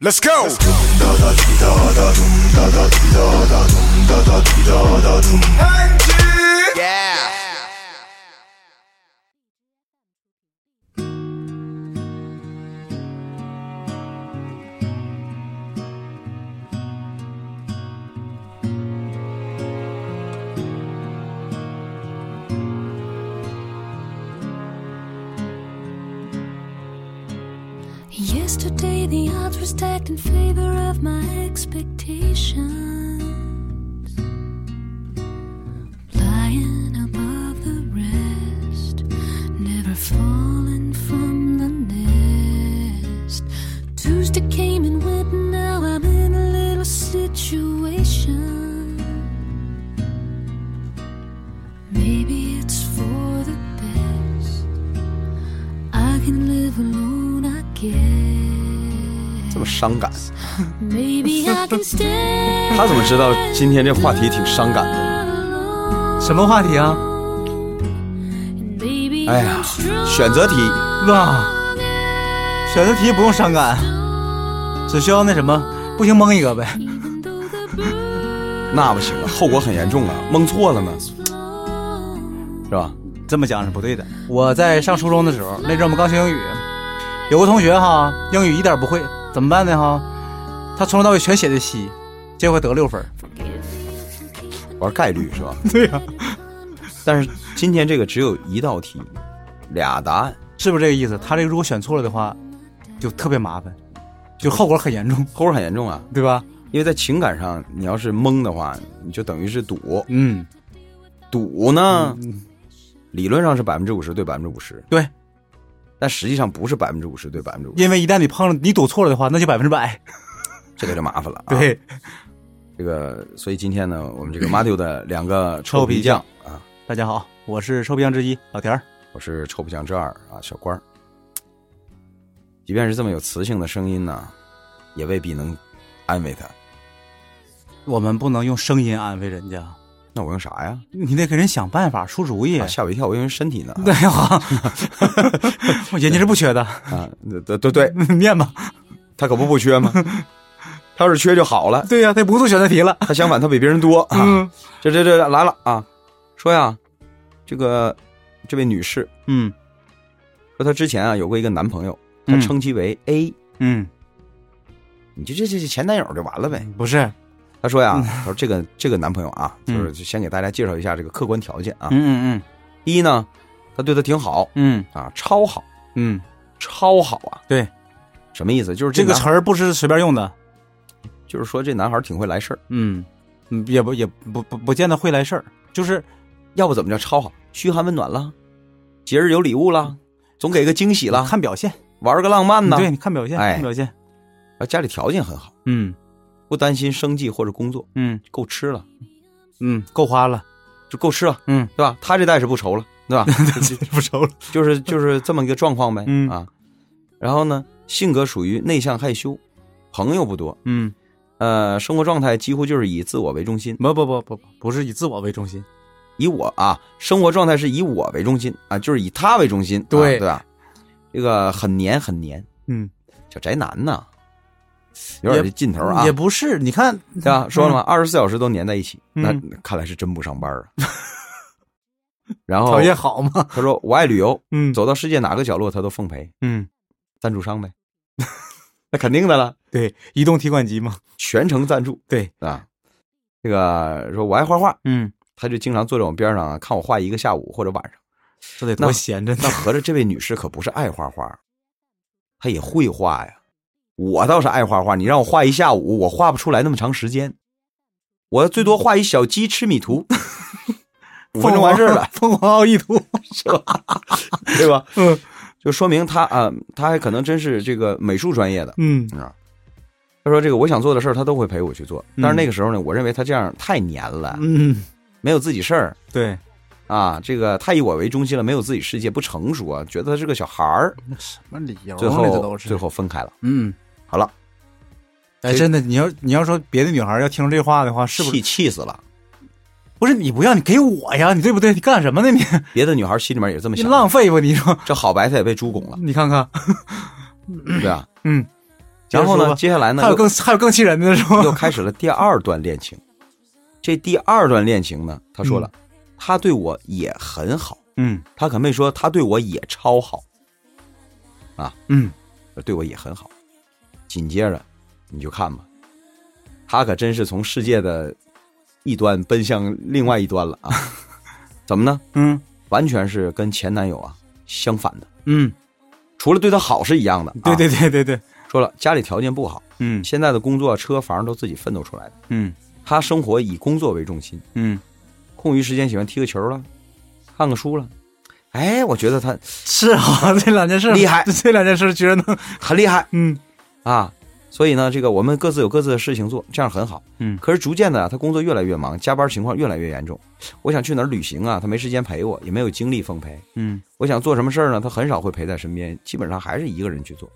Let's go. Yeah. Yesterday, the odds were stacked in favor of my expectations. Flying above the rest, never falling from the nest. Tuesday came and went, and now I'm in a little situation. Maybe it's for the best. I can live alone, I guess. 这么伤感， Maybe I can stay 他怎么知道今天这话题挺伤感的？ alone. 什么话题啊？ Maybe 哎 I'm 呀 strong，选择题，哇，选择题不用伤感，啊只需要那什么，不行蒙一个呗。 even though the birds 那不行啊，后果很严重啊，蒙错了呢， flown. 是吧？这么讲是不对的。我在上初中的时候，那阵儿我们刚学英语，有个同学哈，英语一点不会，怎么办呢哈？他从头到尾全写的 C，这回得六分儿。玩概率是吧？ 对呀、但是今天这个只有一道题，俩答案，是不是这个意思？他这个如果选错了的话，就特别麻烦，就后果很严重，后果很严重啊。对吧？因为在情感上，你要是蒙的话，你就等于是赌，嗯，赌呢，理论上是百分之五十对百分之五十，对，但实际上不是百分之五十对百分之五十，因为一旦你碰了，你赌错了的话，那就百分之百。这个就麻烦了、啊。， 对，这个，所以今天呢，我们这个马丢的两个臭 臭皮皮匠啊，大家好，我是臭皮匠之一老田儿。我是臭皮匠之二啊，小官儿。即便是这么有磁性的声音呢，也未必能安慰他。我们不能用声音安慰人家，那我用啥呀？你得给人想办法出主意啊、。吓我一跳，我以为身体呢。对 呀，人家是不缺的，啊，对对对，面吧。他可不不缺 吗？他要是缺就好了，对呀、他不做选择题了。他相反他比别人多啊。嗯这这这来了啊，说呀，这个这位女士嗯说她之前啊有过一个男朋友，她嗯称其为 A，、嗯，你就这这这前男友就完了呗。不是，她说呀，她说这个这个男朋友啊，就嗯是就先给大家介绍一下这个客观条件啊。嗯嗯一呢，他对她挺好嗯啊，超好，嗯嗯，超好啊，对，什么意思？就是这个男词儿不是随便用的。就是说这男孩挺会来事儿，嗯，嗯也不也不不不见得会来事儿，就是要不怎么叫超好？嘘寒问暖了，节日有礼物了，总给个惊喜了，嗯看表现。玩个浪漫呢。对，你看表现，哎看表现。啊，家里条件很好，嗯不担心生计或者工作，嗯够吃了。嗯，够花 了。就够吃了，嗯，对吧？他这代是不愁了，对吧？不愁了。就是就是这么一个状况呗，嗯啊。然后呢，性格属于内向害羞，朋友不多，嗯，呃，生活状态几乎就是以自我为中心，不不不不不，不是以自我为中心。以我啊，生活状态是以我为中心啊，就是以他为中心，啊对对吧？这个很黏很黏，嗯，小宅男呐，有点这劲头啊也，不是。你看，对吧？说了嘛，二十四小时都黏在一起，嗯那看来是真不上班啊。然后讨厌好吗？他说：“我爱旅游，哦嗯走到世界哪个角落他都奉陪，嗯，赞助商呗， 那肯定的了，对，移动提款机嘛。全程赞助对，啊。这个说我爱画画，嗯，他就经常坐在我边上啊，看我画一个下午或者晚上。这得那多闲着呢 那。合着这位女士可不是爱画画，她也会画呀。我倒是爱画画，你让我画一下午，我画不出来那么长时间，我最多画一小鸡吃米图， 五分钟完事儿了，凤凰奥义 图。对吧？嗯就说明她啊，她还可能真是这个美术专业的。嗯啊。他说：“这个我想做的事儿，他都会陪我去做。嗯但是那个时候呢，我认为他这样太黏了，嗯，没有自己事儿对，啊，这个太以我为中心了，没有自己世界，不成熟啊，觉得他是个小孩儿。那什么理由啊？最这后都最是后分开了。嗯。好了，哎，这真的，你要你要说别的女孩要听这话的话，是不气是？气死了。不是你不要，你给我呀，你对不对？你干什么呢你？别的女孩心里面也这么你想，浪费吧，你说这好白菜也被猪拱了。你看看，对吧？嗯，然接着后呢，说吧接下来呢，还有又更还有更气人的是吗？ 又开始了第二段恋情。这第二段恋情呢，他说了，他对我也很好，嗯他可没说他对我也超好，啊嗯，对我也很好。紧接着，你就看吧，他可真是从世界的一端奔向另外一端了 啊！怎么呢？嗯完全是跟前男友啊相反的，嗯，除了对他好是一样的、啊，对对对对对，说了家里条件不好，嗯现在的工作、车房都自己奋斗出来的，嗯他生活以工作为重心，嗯，空余时间喜欢踢个球了，看个书了。哎，我觉得他是啊，这两件事厉害这两件事居然能，很厉害嗯啊，所以呢，这个我们各自有各自的事情做，这样很好。嗯可是逐渐的，他工作越来越忙，加班情况越来越严重。我想去哪儿旅行啊，他没时间陪我，也没有精力奉陪。嗯我想做什么事儿呢，他很少会陪在身边，基本上还是一个人去做。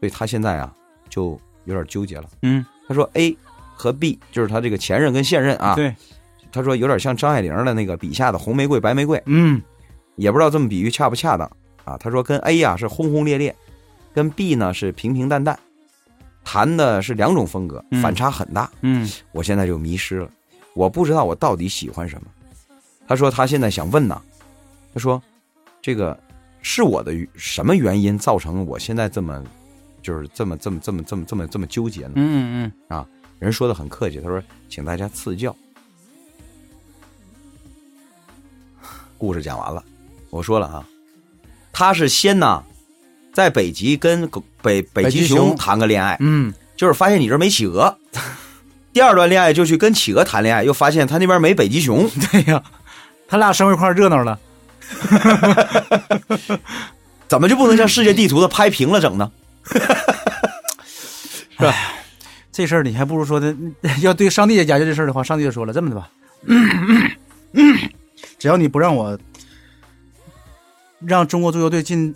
所以他现在啊，就有点纠结了。嗯，他说 A 和 B 就是他这个前任跟现任啊，对，他说有点像张爱玲的那个笔下的红玫瑰、白玫瑰，嗯也不知道这么比喻恰不恰当啊。他说跟 A 呀、是轰轰烈烈，跟 B 呢是平平淡淡，谈的是两种风格，嗯反差很大。嗯我现在就迷失了，我不知道我到底喜欢什么。他说他现在想问呐，他说这个是我的什么原因造成我现在这么就是这么这么这么这么这么这么纠结呢？嗯嗯人说的很客气，他说请大家赐教。故事讲完了，我说了啊，他是先呢在北极跟狗北北北极极熊熊谈个恋爱，嗯就是发现你这儿没企鹅。 第二段恋爱就去跟企鹅谈恋爱，又发现他那边没北极熊。 嗯，对呀，他俩生活一块儿热闹了，怎么就不能像世界地图的拍平了整呢？这事儿你还不如说的，要对上帝也研究这事儿的话，上帝就说了这么的吧，只要你不让我让中国足球队进，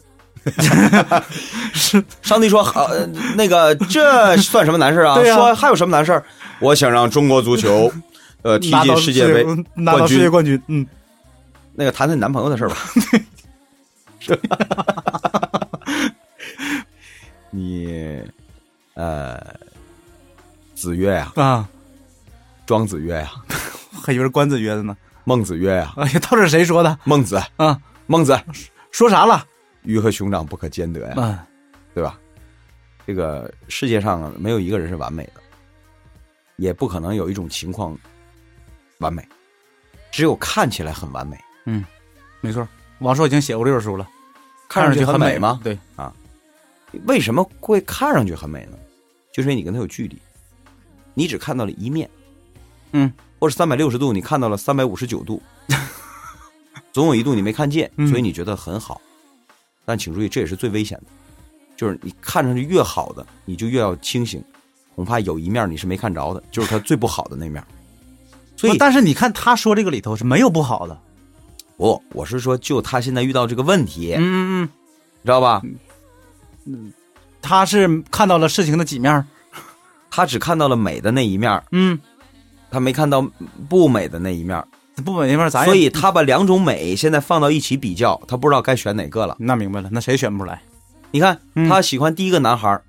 上帝说：“呃，那个这算什么难事 啊？对啊说还有什么难事儿？我想让中国足球，呃，踢拿进到世界杯，拿到冠军世界冠军，嗯，那个谈谈你男朋友的事儿吧。 是吧你，呃，子曰呀、啊，庄子曰呀、还以为是关子约的呢，孟子曰呀、哎呀，到底是谁说的孟子，啊？孟子，说啥了？鱼和熊掌不可兼得呀、啊，对吧？这个世界上没有一个人是完美的，也不可能有一种情况完美，只有看起来很完美，没错，王朔已经写过这本书了，看上去很很美吗？对，为什么会看上去很美呢？就是因为你跟他有距离，你只看到了一面，嗯，或者三百六十度你看到了三百五十九度， 总有一度你没看见，嗯所以你觉得很好。但请注意，这也是最危险的，就是你看上去越好的，你就越要清醒，恐怕有一面你是没看着的，就是它最不好的那面。 所以不但是你看他说这个里头是没有不好的，不、我是说，就他现在遇到这个问题，你嗯嗯知道吧？嗯，他是看到了事情的几面儿，他只看到了美的那一面，嗯，他没看到不美的那一面。不美那面儿咱也所以他把两种美现在放到一起比较，他不知道该选哪个了。那明白了，那谁也选不出来，你看，嗯他喜欢第一个男孩儿，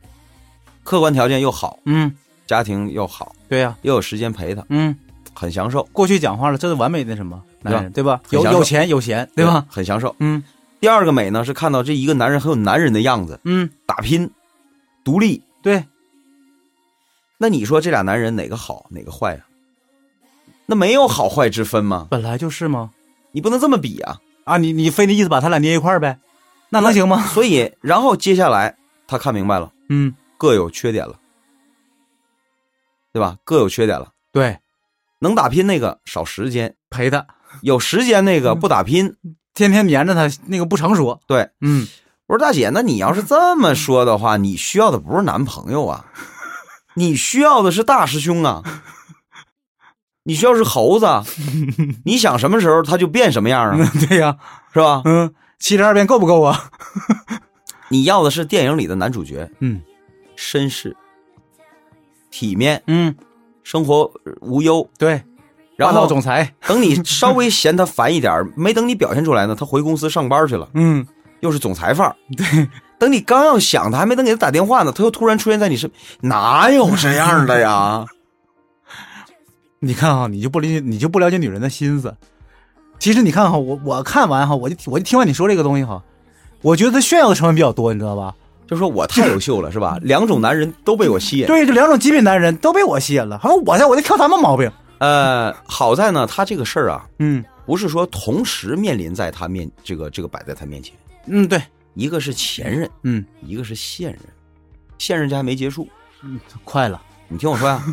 客观条件又好，嗯，家庭又好，对呀、又有时间陪他，嗯。很享受，过去讲话了，这是完美的什么男人，对吧？很有享受有钱有闲，对吧？？很享受。嗯第二个美呢，是看到这一个男人很有男人的样子，嗯，打拼、独立。对，那你说这俩男人哪个好，哪个坏呀、那没有好坏之分吗？本来就是嘛。你不能这么比啊！啊，你你非那意思把他俩捏一块儿呗，那能行吗？ 所以，然后接下来他看明白了，嗯，各有缺点了，对吧？各有缺点了。对，能打拼那个少时 间，陪他，有时间那个嗯不打拼。天天黏着他，那个不成熟。对，嗯，我说大姐，那你要是这么说的话，你需要的不是男朋友 啊，你需要的是大师兄啊，你需要是猴子啊， 你想什么时候他就变什么样啊，对呀、是吧？嗯，七十二变够不够啊？你要的是电影里的男主角，嗯，绅士、体面、嗯，生活无忧。对，然霸道后总裁，等你稍微嫌他烦一点儿，没等你表现出来呢，他回公司上班去了。嗯，又是总裁范儿。对，等你刚要想他，还没等给他打电话呢，他又突然出现在你身，哪有这样的呀？你看哈，你就不理解，你就不了解女人的心思。其实你看哈，我我看完哈，我就我就听完你说这个东西哈，我觉得炫耀的成分比较多，你知道吧？就说我太优秀了，是吧？两种男人都被我吸引。对，这两种极品男人都被我吸引了，好像我在我在挑他们毛病。呃，好在呢，他这个事儿啊，嗯不是说同时面临在他面这个这个摆在他面前，嗯，对，一个是前任，嗯，一个是现任，现任这还没结束。快了，你听我说呀、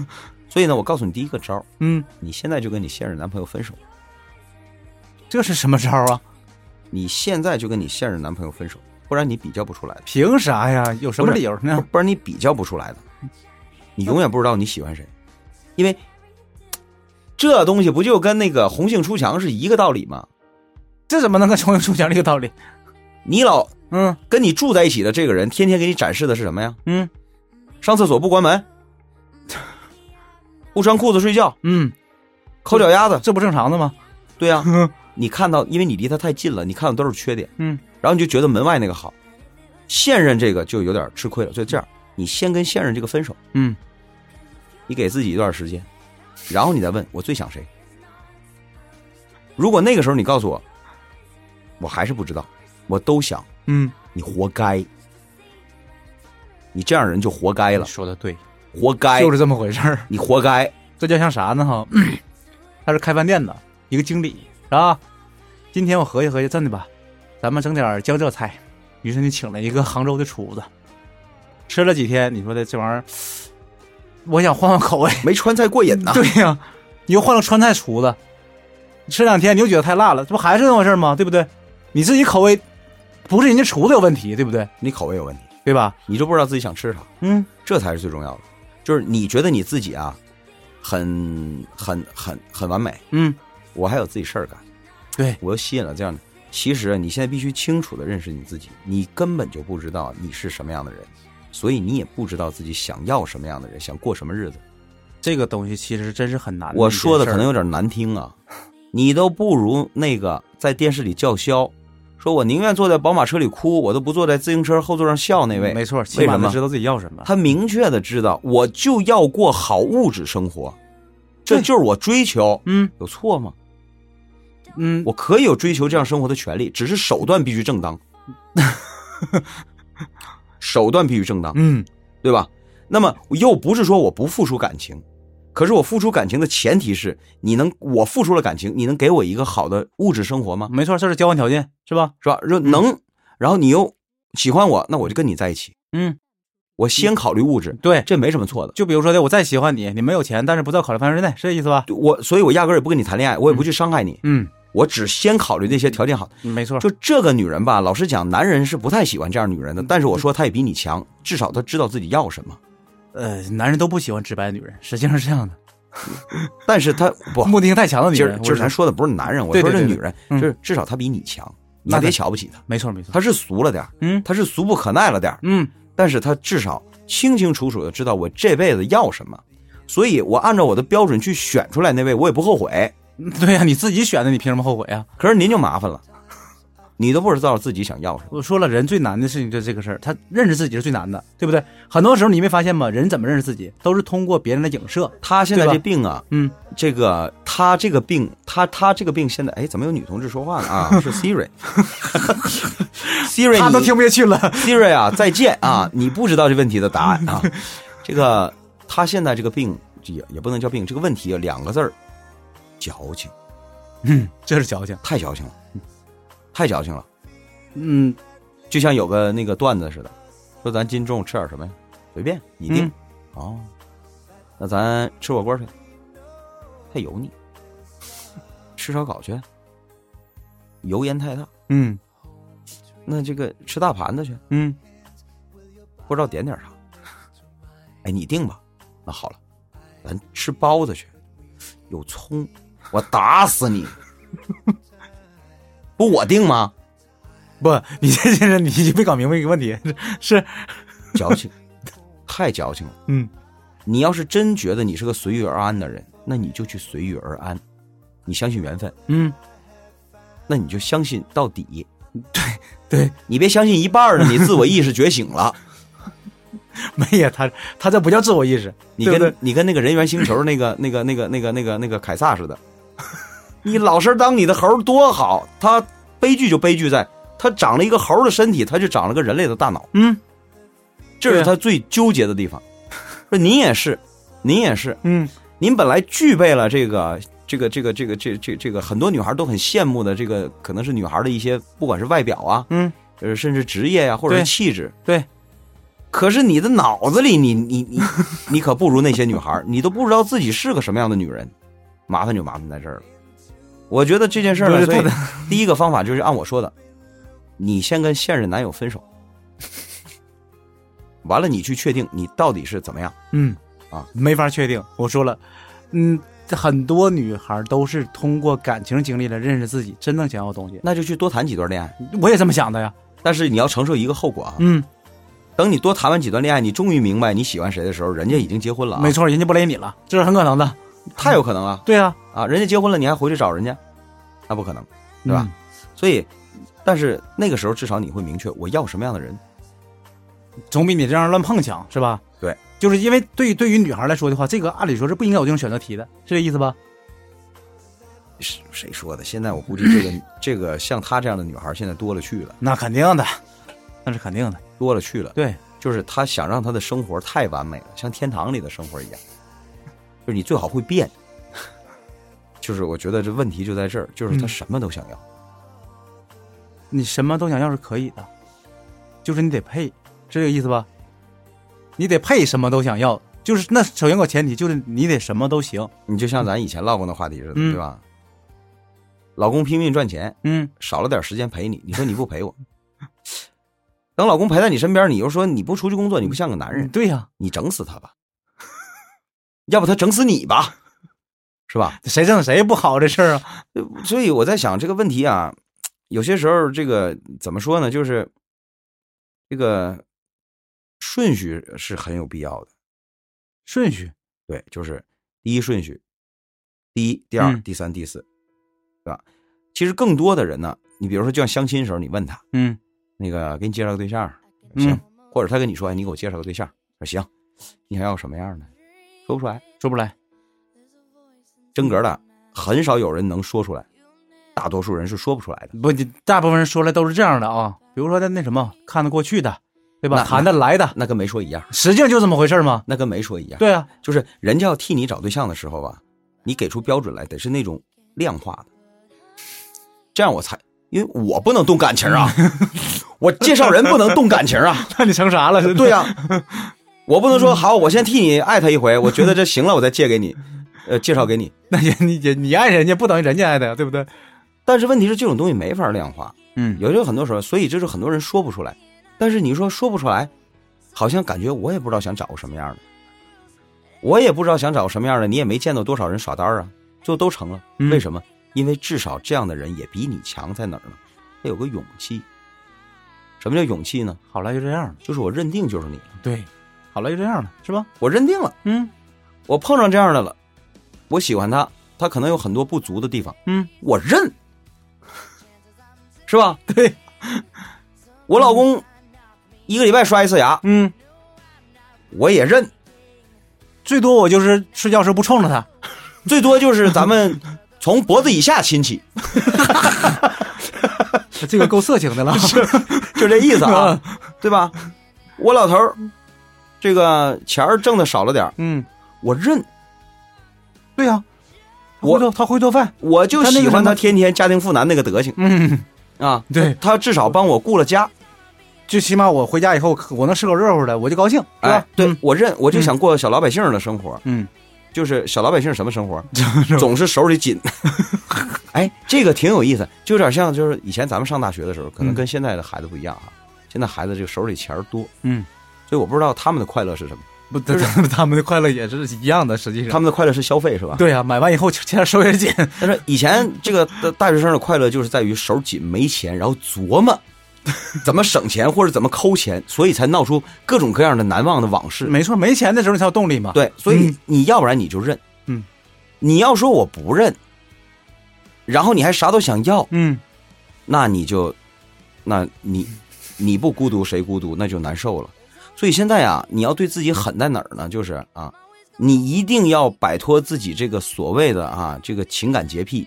所以呢，我告诉你第一个招儿，嗯，你现在就跟你现任男朋友分手，这是什么招啊？你现在就跟你现任男朋友分手，不然你比较不出来的，凭啥呀？有什么理由不呢？不然你比较不出来的，你永远不知道你喜欢谁，因为这东西不就跟那个红杏出墙是一个道理吗？这怎么能跟重新出讲这个道理？你老嗯跟你住在一起的这个人，天天给你展示的是什么呀？嗯上厕所不关门， 不穿裤子睡觉，嗯，抠脚丫子。这不正常的吗？对啊 呀、嗯你看到，因为你离他太近了，你看到都是缺点，嗯，然后你就觉得门外那个好，现任这个就有点吃亏了。所以这样，你先跟现任这个分手，嗯，你给自己一段时间，然后你再问我最想谁。如果那个时候你告诉我，我还是不知道，我都想，嗯，你活该，你这样人就活该了，说的对，活该，就是这么回事儿。你活该。这叫像啥呢？哈， 他是开饭店的一个经理，是吧？今天我合计合计，真的吧，咱们整点江浙菜。于是你请了一个杭州的厨子，吃了几天，你说的这玩意儿，我想换换口 味。没川菜过瘾呐、对呀、你又换了川菜厨子，吃两天你又觉得太辣了，这不还是那回事儿吗？对不对？你自己口味不是人家厨子有问题，对不对？你口味有问题，对吧？你就不知道自己想吃啥，嗯这才是最重要的。就是你觉得你自己啊，很很很很完美，嗯，我还有自己事儿干，对我又吸引了这样的。其实啊你现在必须清楚的认识你自己，你根本就不知道你是什么样的人，所以你也不知道自己想要什么样的人，想过什么日子。这个东西其实真是很难。我说的可能有点难听啊，你都不如那个在电视里叫嚣，说我宁愿坐在宝马车里哭，我都不坐在自行车后座上笑那位。嗯没错，起为码什得么知道自己要什么。他明确的知道我就要过好物质生活，这对就是我追求，嗯有错吗？嗯，我可以有追求这样生活的权利，只是手段必须正当，手段必须正当，嗯，对吧？那么又不是说我不付出感情，可是我付出感情的前提是你能，我付出了感情，你能给我一个好的物质生活吗？没错，这是交换条件，是吧？是吧？说能，然后你又喜欢我，那我就跟你在一起。嗯，我先考虑物质，对。这没什么错的。就比如说的，我再喜欢你，你没有钱，但是不在我考虑范围之内，是这意思吧？我，所以我压根儿也不跟你谈恋爱，我也不去伤害你，嗯，我只先考虑那些条件好。没错，就这个女人吧，老实讲，男人是不太喜欢这样女人嗯的。但是我说她也比你强，至少她知道自己要什么。呃，男人都不喜欢直白的女人，实际上是这样的，但是她不，目的性太强的女今儿人，今儿咱我是说的不是男人，我对说对这对女对人，嗯就是至少她比你强，你那别对瞧不起她。没错没错，她是俗了点儿嗯她是俗不可耐了点儿嗯，但是她至少清清楚楚的知道我这辈子要什么，所以我按照我的标准去选出来那位，我也不后悔。对呀、你自己选的，你凭什么后悔啊呀、可是您就麻烦了，你都不知道自己想要什么。我说了，人最难的事情就是这个事儿，他认识自己是最难的，对不对？很多时候你没发现吗？人怎么认识自己，都是通过别人的影射，她现在对吧这病啊，嗯，这个他这个病，他他这个病现在，哎，怎么有女同志说话 呢？啊，是 Siri。Siri，他都你听不下去了， Siri 啊，再见啊！你不知道这问题的答 案啊。这个他现在这个病也也不能叫病，这个问题啊两个字儿，矫情，嗯，这是矫情，太矫情了，太矫情了。嗯就像有个那个段子似的，说咱今中午吃点什么呀？随便你定。嗯哦，那咱吃火锅去，太油腻； 吃烧烤去，油烟太大。嗯那这个吃大盘子去，嗯， 不知道点点啥。哎，你定吧。那好了，咱吃包子去，有葱，我打死你！不我定吗？不，你这这人你就没搞明白一个问题，是是矫情， 太矫情了。嗯。你要是真觉得你是个随遇而安的人，那你就去随遇而安，你相信缘分，嗯那你就相信到底， 对，你别相信一半儿的，你自我意识觉醒 了。没有他，他这不叫自我意识，你对跟不对你跟那个人猿星球那个那个那个那个那个那个凯撒似的，你老实当你的猴儿多好。他悲剧就悲剧在，他长了一个猴儿的身体，他就长了个人类的大脑，嗯这是对啊他最纠结的地方。说您也是，您也是，嗯，您本来具备了这个这个这个这个这这这个很多女孩都很羡慕的这个，可能是女孩的一些，不管是外表啊，嗯，呃，甚至职业呀、或者是对气质，对。可是你的脑子里你，你你你可不如那些女孩儿，你都不知道自己是个什么样的女人，麻烦就麻烦在这儿了。我觉得这件事儿不呢，是所以他的第一个方法就是按我说的，你先跟现任男友分手，完了你去确定你到底是怎么样。嗯啊，没法确定。我说了，嗯，很多女孩都是通过感情经历来认识自己真正想要的东西。那就去多谈几段恋爱，我也这么想的呀。但是你要承受一个后果啊。嗯，等你多谈完几段恋爱，你终于明白你喜欢谁的时候，人家已经结婚了、啊，没，错，人家不勒你了，这是很可能的。太有可能啊对啊，啊！人家结婚了，你还回去找人家，那不可嗯能，对吧？所以，但是那个时候至少你会明确我要什么样的人，嗯？总比你这样乱碰强是吧？对，就是因为对对于女孩来说的话，这个按理说是不应该有这种选择题的，是这意思吧？是谁说的？现在我估计这个 这个像她这样的女孩现在多了去了，那肯定的，那是肯定的。多了去了。对，就是她想让她的生活太完美了，像天堂里的生活一样。就是你最好会变。 就是我觉得这问题就在这儿，就是她嗯什么都想要。你什么都想要是可以的，就是你得配，是这个意思吧？你得配什么都想要，就是那首先个前提就是你得什么都行。你就像咱以前唠过那话题似的，嗯对吧？老公拼命赚钱，嗯，少了点时间陪你，你说你不陪我，等老公陪在你身边，你又说你不出去工作，你不像个男人，嗯对呀、你整死他吧，要不他整死你吧，是吧？谁挣谁不好这事儿啊？所以我在想这个问题啊，有些时候这个怎么说呢，就是这个顺序是很有必要的。顺序，对，就是第一顺序，第一、第二、嗯第三、第四，对吧？其实更多的人呢，你比如说就像相亲时候，你问他嗯那个给你介绍个对象，嗯行，或者他跟你说，哎，你给我介绍个对象，说行，你想要什么样的？说不出来，说不来，真格的，很少有人能说出来，大多数人是说不出来的。不，你大部分人说来都是这样的啊。比如说那那什么，看得过去的，对吧？那谈得来的，那跟没说一样，实际上就这么回事儿嘛。那跟没说一样。，对啊，就是人家要替你找对象的时候吧，你给出标准来，得是那种量化的，这样我才，因为我不能动感情 啊，我介绍人不能动感情啊， 那你成啥 了？ 对呀、我不能说好，我先替你爱他一回，我觉得这行了，我再借给你，呃，介绍给你。那也你也你爱人家不等于人家爱的呀，对不对？但是问题是，这种东西没法量化，嗯，有就很多时候，所以这是很多人说不出来。但是你说说不出来，好像感觉我也不知道想找个什么样的，我也不知道想找个什么样的，你也没见到多少人耍单儿啊，就都成了。嗯为什么？因为至少这样的人也比你强，在哪儿呢？他有个勇气。什么叫勇气呢？好了就这样了。就是我认定就是你了，对，好了就这样了，是吧？我认定了，嗯我碰上这样的了，我喜欢他，他可能有很多不足的地方，嗯，我认， 是吧？ 对，我老公一个礼拜刷一次牙，嗯，我也认，最多我就是睡觉时候不冲着 他。最多就是 咱们从脖子以下亲戚，这个够色情 的了。就这意思啊，对吧？我老头儿这个钱儿挣的少了点儿嗯，我认，对呀、我我做他会做饭。我就他那个喜欢什么他天天家庭妇男那个德行嗯，啊。对他至少帮我顾了家，最起码我回家以后，我能吃口热乎的，我就高兴，是吧哎？，对嗯，我认，我就想过小老百姓的生活，就是小老百姓什么 生活，嗯，总是手里紧。 哎，这个挺有意思，就有点像就是以前咱们上大学的时候，可能嗯跟现在的孩子不一样哈。现在孩子这个手里钱儿多，嗯，所以我不知道他们的快乐是什么，不，他他他们的快乐也是一样的，实际他上。们的快乐是消费是吧？对呀、买完以后钱收也紧。 但是以前这个大大学生的快乐就是在于手紧没钱，然后琢磨 怎么省钱或者怎么抠钱，所以才闹出各种各样的难忘的往事。没错，没钱的时候你才有动力嘛。，对，所以嗯你要不然你就认，嗯，你要说我不认，然后你还啥都想要，嗯，那你就那你你不孤独谁孤独，那就难受了。所以现在啊，你要对自己狠在哪儿呢？就是啊，你一定要摆脱自己这个所谓的啊这个情感洁癖，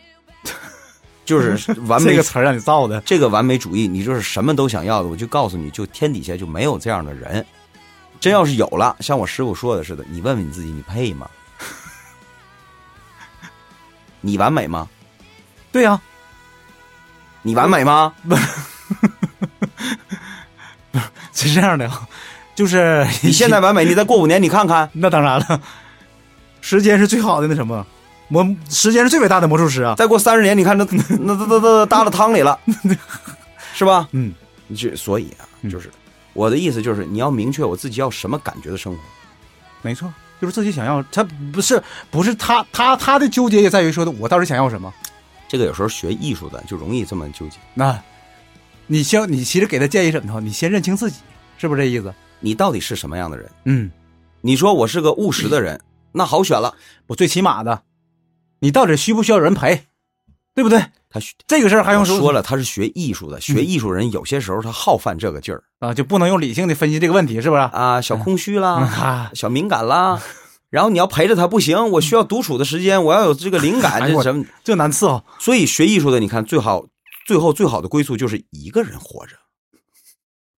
就是完美这个词儿让你造的，这个完美主义，你就是什么都想要的，我就告诉你，就天底下就没有这样的人。真要是有了，像我师傅说的似的，你问问你自己，你配吗？ 你完美吗？对呀、你完 美吗？是这样的啊，就是，你现在完美，你再过五年你看看 那当然了，时间是最好的那什么，魔时间是最伟大的魔术师啊。再过三十年，你 看那那那那那搭到汤里 了，是吧？嗯，你这所以啊，就是我的意思就是，你要明确我自己要什么感觉的生活。没错，就是自己想要，他不是不是他他他的纠结也在于说的，我到底想要什么？这个有时候学艺术的就容易这么纠结。那，你先你其实给他建议什么呢？你先认清自己，是不是这意思？你到底是什么样的人？嗯，你说我是个务实的人，嗯那好选了。我最起码的，你到底需不需要人陪，对不对？他学这个事儿还用我说了了，嗯他是学艺术的，学艺术人有些时候他好犯这个劲儿啊，就不能用理性的分析这个问题，是不是？啊，小空虚啦，啊，小敏感啦。 然后你要陪着他不行，我需要独处的时间，我要有这个灵感，哎呦这我什么？这难伺候。所以学艺术的，你看最好最后最好的归宿就是一个人活着，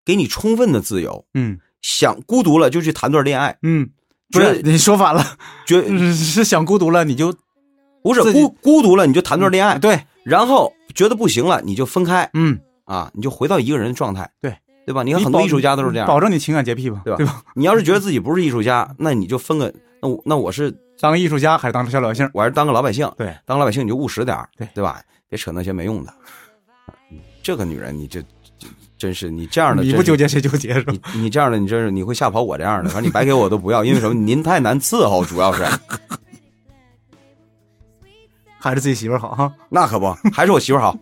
给你充分的自由。嗯想孤独了就去谈段恋爱，嗯，不是你说反 了，绝是想孤独了你就不是嗯自己孤孤独了你就谈段恋爱，对，然后觉得不行了你就分开嗯，啊，你就回到一个人的状态，对对吧？你看很多保艺术家都是这保样，证你情感洁癖吧，对吧对吧？你要是觉得自己不是艺术家，那你就分个那我那我是当个艺术家还是当个小老百姓？我还是当个老百姓，对，当老百姓你就务实点儿对对吧？别扯那些没用的。这个女人，你这这真是你这样的，你真不是纠结谁纠结是吧？你你这样的，你真是你会吓跑我这样的，反正你白给我都不要，因为什么？您太难伺候，主要是还是自己媳妇儿好哈。那可不，还是我媳妇儿好。